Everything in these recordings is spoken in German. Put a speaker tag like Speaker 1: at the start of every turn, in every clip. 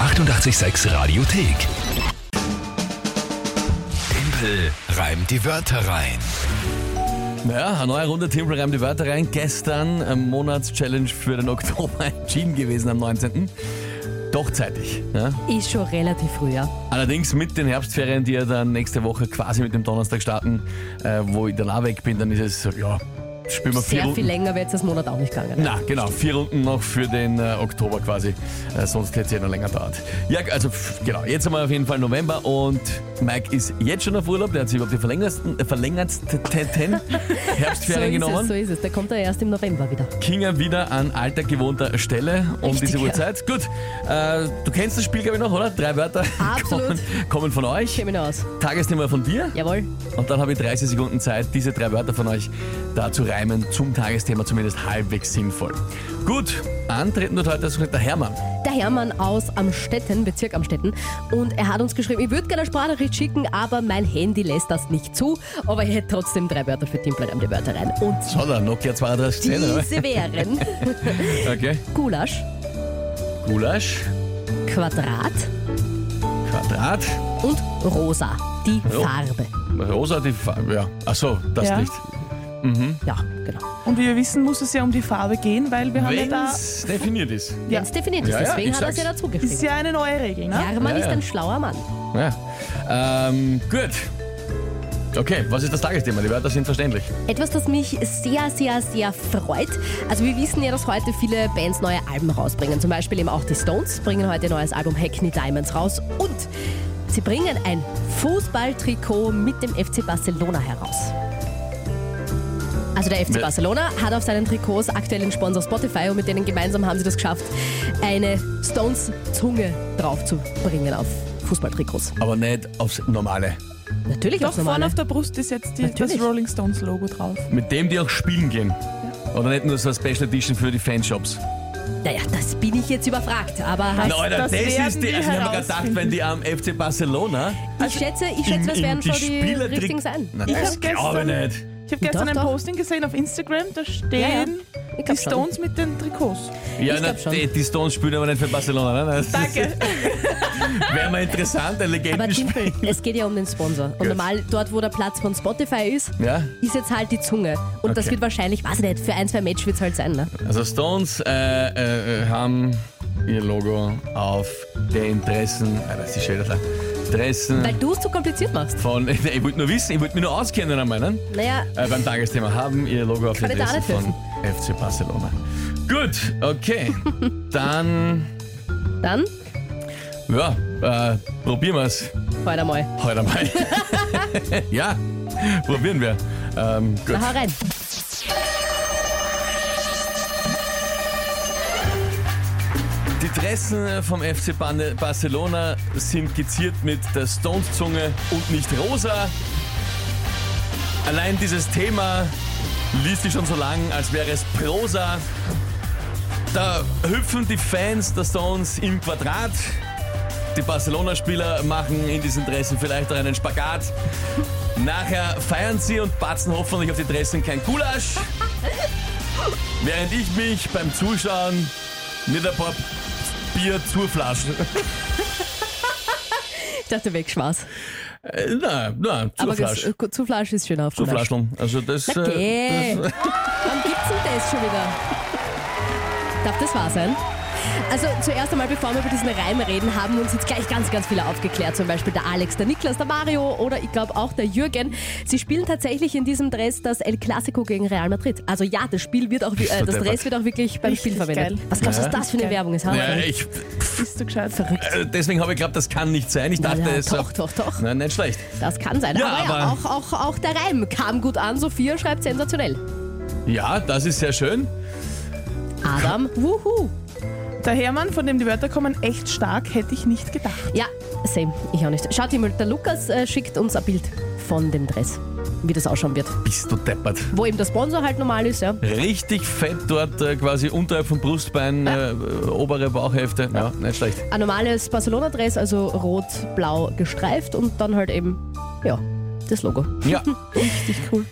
Speaker 1: 886 Radiothek. Tempel reimt die Wörter rein.
Speaker 2: Ja, eine neue Runde Timpel reimt die Wörter rein. Gestern ähm, Monatschallenge für den Oktober entschieden gewesen am 19. Doch zeitig. Ja?
Speaker 3: Ist schon relativ früh, ja.
Speaker 2: Allerdings mit den Herbstferien, die ja dann nächste Woche quasi mit dem Donnerstag starten, äh, wo ich danach weg bin, dann ist es, ja, spielen wir vier
Speaker 3: Sehr
Speaker 2: Runden.
Speaker 3: viel länger wäre jetzt das Monat auch nicht gegangen.
Speaker 2: Na, genau, vier Runden noch für den äh, Oktober quasi. Äh, sonst hätte es ja noch länger dauert. Ja, also pf, genau, jetzt haben wir auf jeden Fall November und Mike ist jetzt schon auf Urlaub. Der hat sich überhaupt die verlängersten, äh, verlängerten
Speaker 3: So ist
Speaker 2: Herbstferien
Speaker 3: es,
Speaker 2: genommen.
Speaker 3: so ist es. Da kommt er erst im November wieder.
Speaker 2: Kinga wieder an alter gewohnter Stelle um
Speaker 3: Richtig,
Speaker 2: diese
Speaker 3: ja.
Speaker 2: Uhrzeit. Gut, äh, du kennst das Spiel, glaube ich, noch, oder? Drei Wörter
Speaker 3: Absolut.
Speaker 2: kommen, kommen von euch,
Speaker 3: Käme hinaus.
Speaker 2: Tagesthema von dir.
Speaker 3: Jawohl.
Speaker 2: Und dann habe ich 30 Sekunden Zeit, diese drei Wörter von euch da zu reimen, zum Tagesthema zumindest halbwegs sinnvoll. Gut, antreten wird heute also der Hermann.
Speaker 3: Der Hermann aus Amstetten, Bezirk Amstetten. Und er hat uns geschrieben, ich würde gerne eine Sprachnachricht schicken, aber mein Handy lässt das nicht zu. Aber ich hätte trotzdem drei Wörter für Timpel an die Wörter rein. Und
Speaker 2: Schau da, Nokia 3210, oder?
Speaker 3: diese wären
Speaker 2: Okay.
Speaker 3: Gulasch,
Speaker 2: Gulasch,
Speaker 3: Quadrat
Speaker 2: Quadrat,
Speaker 3: und Rosa. Die
Speaker 2: Jo.
Speaker 3: Farbe.
Speaker 2: rosa, die Farbe, ja. Achso, das
Speaker 4: Ja.
Speaker 2: nicht.
Speaker 3: Ja, genau.
Speaker 4: Und wie wir wissen, muss es ja um die Farbe gehen, weil wir haben ja
Speaker 2: Wenn
Speaker 4: da.
Speaker 2: es definiert ist.
Speaker 4: Ja.
Speaker 3: Ganz definiert ist.
Speaker 2: Ja, ja,
Speaker 3: Deswegen
Speaker 2: ich
Speaker 3: hat er es
Speaker 2: sag's.
Speaker 3: ja dazu
Speaker 4: Ist
Speaker 3: geschrieben.
Speaker 4: ja eine neue Regel, ne?
Speaker 3: Hermann
Speaker 2: Ja,
Speaker 3: ist
Speaker 2: ja.
Speaker 3: ein schlauer Mann.
Speaker 2: Ja. Ähm, gut. Okay, was ist das Tagesthema? Die Wörter sind verständlich.
Speaker 3: Etwas, das mich sehr, sehr, sehr freut. Also wir wissen ja, dass heute viele Bands neue Alben rausbringen. Zum Beispiel eben auch die Stones bringen heute ihr neues Album Hackney Diamonds raus. Und sie bringen ein Fußballtrikot mit dem FC Barcelona heraus. Also der FC
Speaker 2: Wer-
Speaker 3: Barcelona hat auf seinen Trikots aktuellen Sponsor Spotify und mit denen gemeinsam haben sie das geschafft, eine Stones-Zunge draufzubringen auf Fußballtrikots.
Speaker 2: Aber nicht aufs Normale.
Speaker 3: Natürlich
Speaker 4: Doch,
Speaker 3: aufs Normale.
Speaker 4: vorne auf der Brust ist jetzt die, das
Speaker 3: Natürlich.
Speaker 4: Rolling Stones Logo drauf.
Speaker 2: Mit dem die auch spielen gehen. Oder nicht nur so eine Special Edition für die Fanshops.
Speaker 3: Naja, das bin ich jetzt überfragt, aber
Speaker 2: Na, Alter, das,
Speaker 4: das werden
Speaker 2: ist die.
Speaker 4: wir
Speaker 2: Also, ich habe mir gedacht,
Speaker 4: herausfinden.
Speaker 2: wenn die am FC Barcelona.
Speaker 3: Ich schätze, ich schätze, das werden schon Also die richtigen sein.
Speaker 2: Na,
Speaker 4: Ich
Speaker 2: das
Speaker 4: hab
Speaker 2: glaube ich
Speaker 4: gestern-
Speaker 2: nicht.
Speaker 4: Ich habe gestern ein
Speaker 3: doch.
Speaker 4: Posting gesehen auf Instagram, da
Speaker 3: Ja, ja.
Speaker 4: stehen
Speaker 3: Ich
Speaker 4: die
Speaker 3: glaub schon.
Speaker 4: Stones mit den Trikots.
Speaker 2: Ja,
Speaker 3: Ich
Speaker 2: na,
Speaker 3: glaub schon.
Speaker 2: die, die Stones spielen aber nicht für Barcelona. Ne?
Speaker 4: Danke.
Speaker 2: Wäre mal interessant, ein
Speaker 3: Aber Timpel,
Speaker 2: Legendenspiel.
Speaker 3: es geht ja um den Sponsor. Und
Speaker 2: Gut.
Speaker 3: normal dort, wo der Platz von Spotify ist,
Speaker 2: Ja,
Speaker 3: ist jetzt halt die Zunge. Und das
Speaker 2: Okay.
Speaker 3: wird wahrscheinlich, weiß ich nicht, für ein, zwei Match wird es halt sein. Ne?
Speaker 2: also Stones äh, äh, haben ihr Logo auf den Dressen. Ah, das ist die Schilder da.
Speaker 3: Weil
Speaker 2: Dressen
Speaker 3: du es zu kompliziert machst.
Speaker 2: von. Ich wollte nur wissen, ich wollte mich nur auskennen an meinen.
Speaker 3: Naja,
Speaker 2: äh, beim Tagesthema haben ihr Logo auf
Speaker 3: Kann
Speaker 2: den
Speaker 3: ich da
Speaker 2: Dressen
Speaker 3: auch
Speaker 2: von FC Barcelona. Gut, okay. Dann,
Speaker 3: dann
Speaker 2: ja, äh, probieren wir es
Speaker 3: heute halt einmal.
Speaker 2: heute mal. ja, probieren wir. Ähm, gut.
Speaker 3: Na, hau rein.
Speaker 2: Die Dressen vom FC Ban- Barcelona sind geziert mit der Stones-Zunge und nicht rosa. Allein dieses Thema liest sich schon so lang, als wäre es Prosa. Da hüpfen die Fans der Stones im Quadrat. Die Barcelona-Spieler machen in diesen Dressen vielleicht auch einen Spagat. Nachher feiern sie und batzen hoffentlich auf die Dressen kein Gulasch. Während ich mich beim Zuschauen mit ein paar Bier zuflaschen.
Speaker 3: Ich dachte, weg, Spaß.
Speaker 2: Äh, nein, nein,
Speaker 3: Aber das,
Speaker 2: zuflaschen.
Speaker 3: äh, zu Flasch ist schön auf.
Speaker 2: Zuflaschen. Also das,
Speaker 3: Okay.
Speaker 2: äh, das
Speaker 3: Wann gibt's denn das schon wieder? Darf das wahr sein? Also zuerst einmal, bevor wir über diesen Reim reden, haben uns jetzt gleich ganz, ganz viele aufgeklärt. Zum Beispiel der Alex, der Niklas, der Mario oder ich glaube auch der Jürgen. Sie spielen tatsächlich in diesem Dress das El Clasico gegen Real Madrid. Also ja, das Spiel wird auch,
Speaker 2: Bist du
Speaker 3: äh, das
Speaker 2: deppert.
Speaker 3: Dress wird auch wirklich beim
Speaker 4: Richtig
Speaker 3: Spiel verwendet.
Speaker 4: geil.
Speaker 3: Was glaubst du,
Speaker 2: Ja.
Speaker 3: was das für eine
Speaker 4: Geil.
Speaker 3: Werbung ist? Hammer.
Speaker 2: ja, ich,
Speaker 4: Bist du gescheit?
Speaker 2: äh, deswegen habe ich geglaubt, das kann nicht sein. Ich
Speaker 3: Na
Speaker 2: dachte,
Speaker 3: ja,
Speaker 2: es
Speaker 3: doch, doch, doch.
Speaker 2: Nein, nicht schlecht.
Speaker 3: Das kann sein.
Speaker 2: Ja,
Speaker 3: aber, ja,
Speaker 2: aber-
Speaker 3: auch, auch, auch der Reim kam gut an. Sophia schreibt sensationell.
Speaker 2: Ja, das ist sehr schön.
Speaker 3: Adam, wuhu.
Speaker 4: Der Hermann, von dem die Wörter kommen, echt stark, hätte ich nicht gedacht.
Speaker 3: Ja, same. Ich auch nicht. Schaut mal, der Lukas äh, schickt uns ein Bild von dem Dress, wie das ausschauen wird.
Speaker 2: Bist du deppert.
Speaker 3: Wo eben der Sponsor halt normal ist, ja.
Speaker 2: Richtig fett dort, äh, quasi unterhalb vom Brustbein, äh, äh, obere Bauchhälfte. Ja, nicht schlecht.
Speaker 3: Ein normales Barcelona-Dress, also rot-blau gestreift und dann halt eben, ja, das Logo.
Speaker 2: Ja,
Speaker 4: Richtig cool.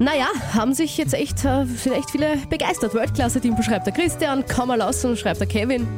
Speaker 3: Naja, haben sich jetzt echt, äh, sind echt viele begeistert. Weltklasse-Team schreibt der Christian, komm mal raus und schreibt der Kevin.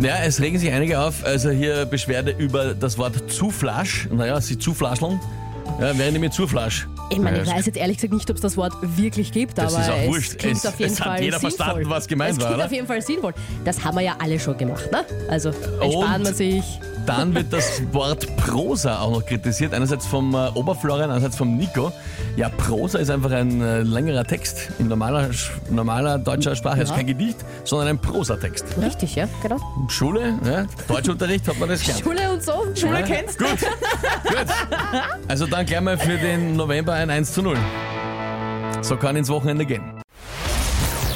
Speaker 2: Ja, es regen sich einige auf. Also hier Beschwerde über das Wort Zuflasch. Naja, sie zuflascheln. Ja, wäre nämlich Zuflasch.
Speaker 3: Ich meine, ich
Speaker 2: Ja,
Speaker 3: weiß jetzt ehrlich gesagt nicht, ob es das Wort wirklich gibt,
Speaker 2: Das
Speaker 3: aber
Speaker 2: ist auch
Speaker 3: es
Speaker 2: wurscht.
Speaker 3: klingt
Speaker 2: Es-
Speaker 3: auf jeden
Speaker 2: es hat
Speaker 3: Fall
Speaker 2: jeder
Speaker 3: sinnvoll.
Speaker 2: verstanden, was gemeint
Speaker 3: es
Speaker 2: war,
Speaker 3: klingt
Speaker 2: oder?
Speaker 3: auf jeden Fall sinnvoll. Das haben wir ja alle schon gemacht, ne? Also entsparen
Speaker 2: Und-
Speaker 3: wir sich.
Speaker 2: Dann wird das Wort Prosa auch noch kritisiert. Einerseits vom äh, Oberflorian, andererseits vom Nico. Ja, Prosa ist einfach ein äh, längerer Text in normaler, Sch- normaler deutscher Sprache. Also kein Gedicht, sondern ein Prosatext.
Speaker 3: Richtig, ja, genau.
Speaker 2: Schule, ja, Deutschunterricht hat man das gelernt.
Speaker 3: Schule und so.
Speaker 4: Schule
Speaker 2: Ja.
Speaker 4: kennst
Speaker 2: Gut, gut. Also dann gleich mal für den November ein 1 zu 0. So kann ins Wochenende gehen.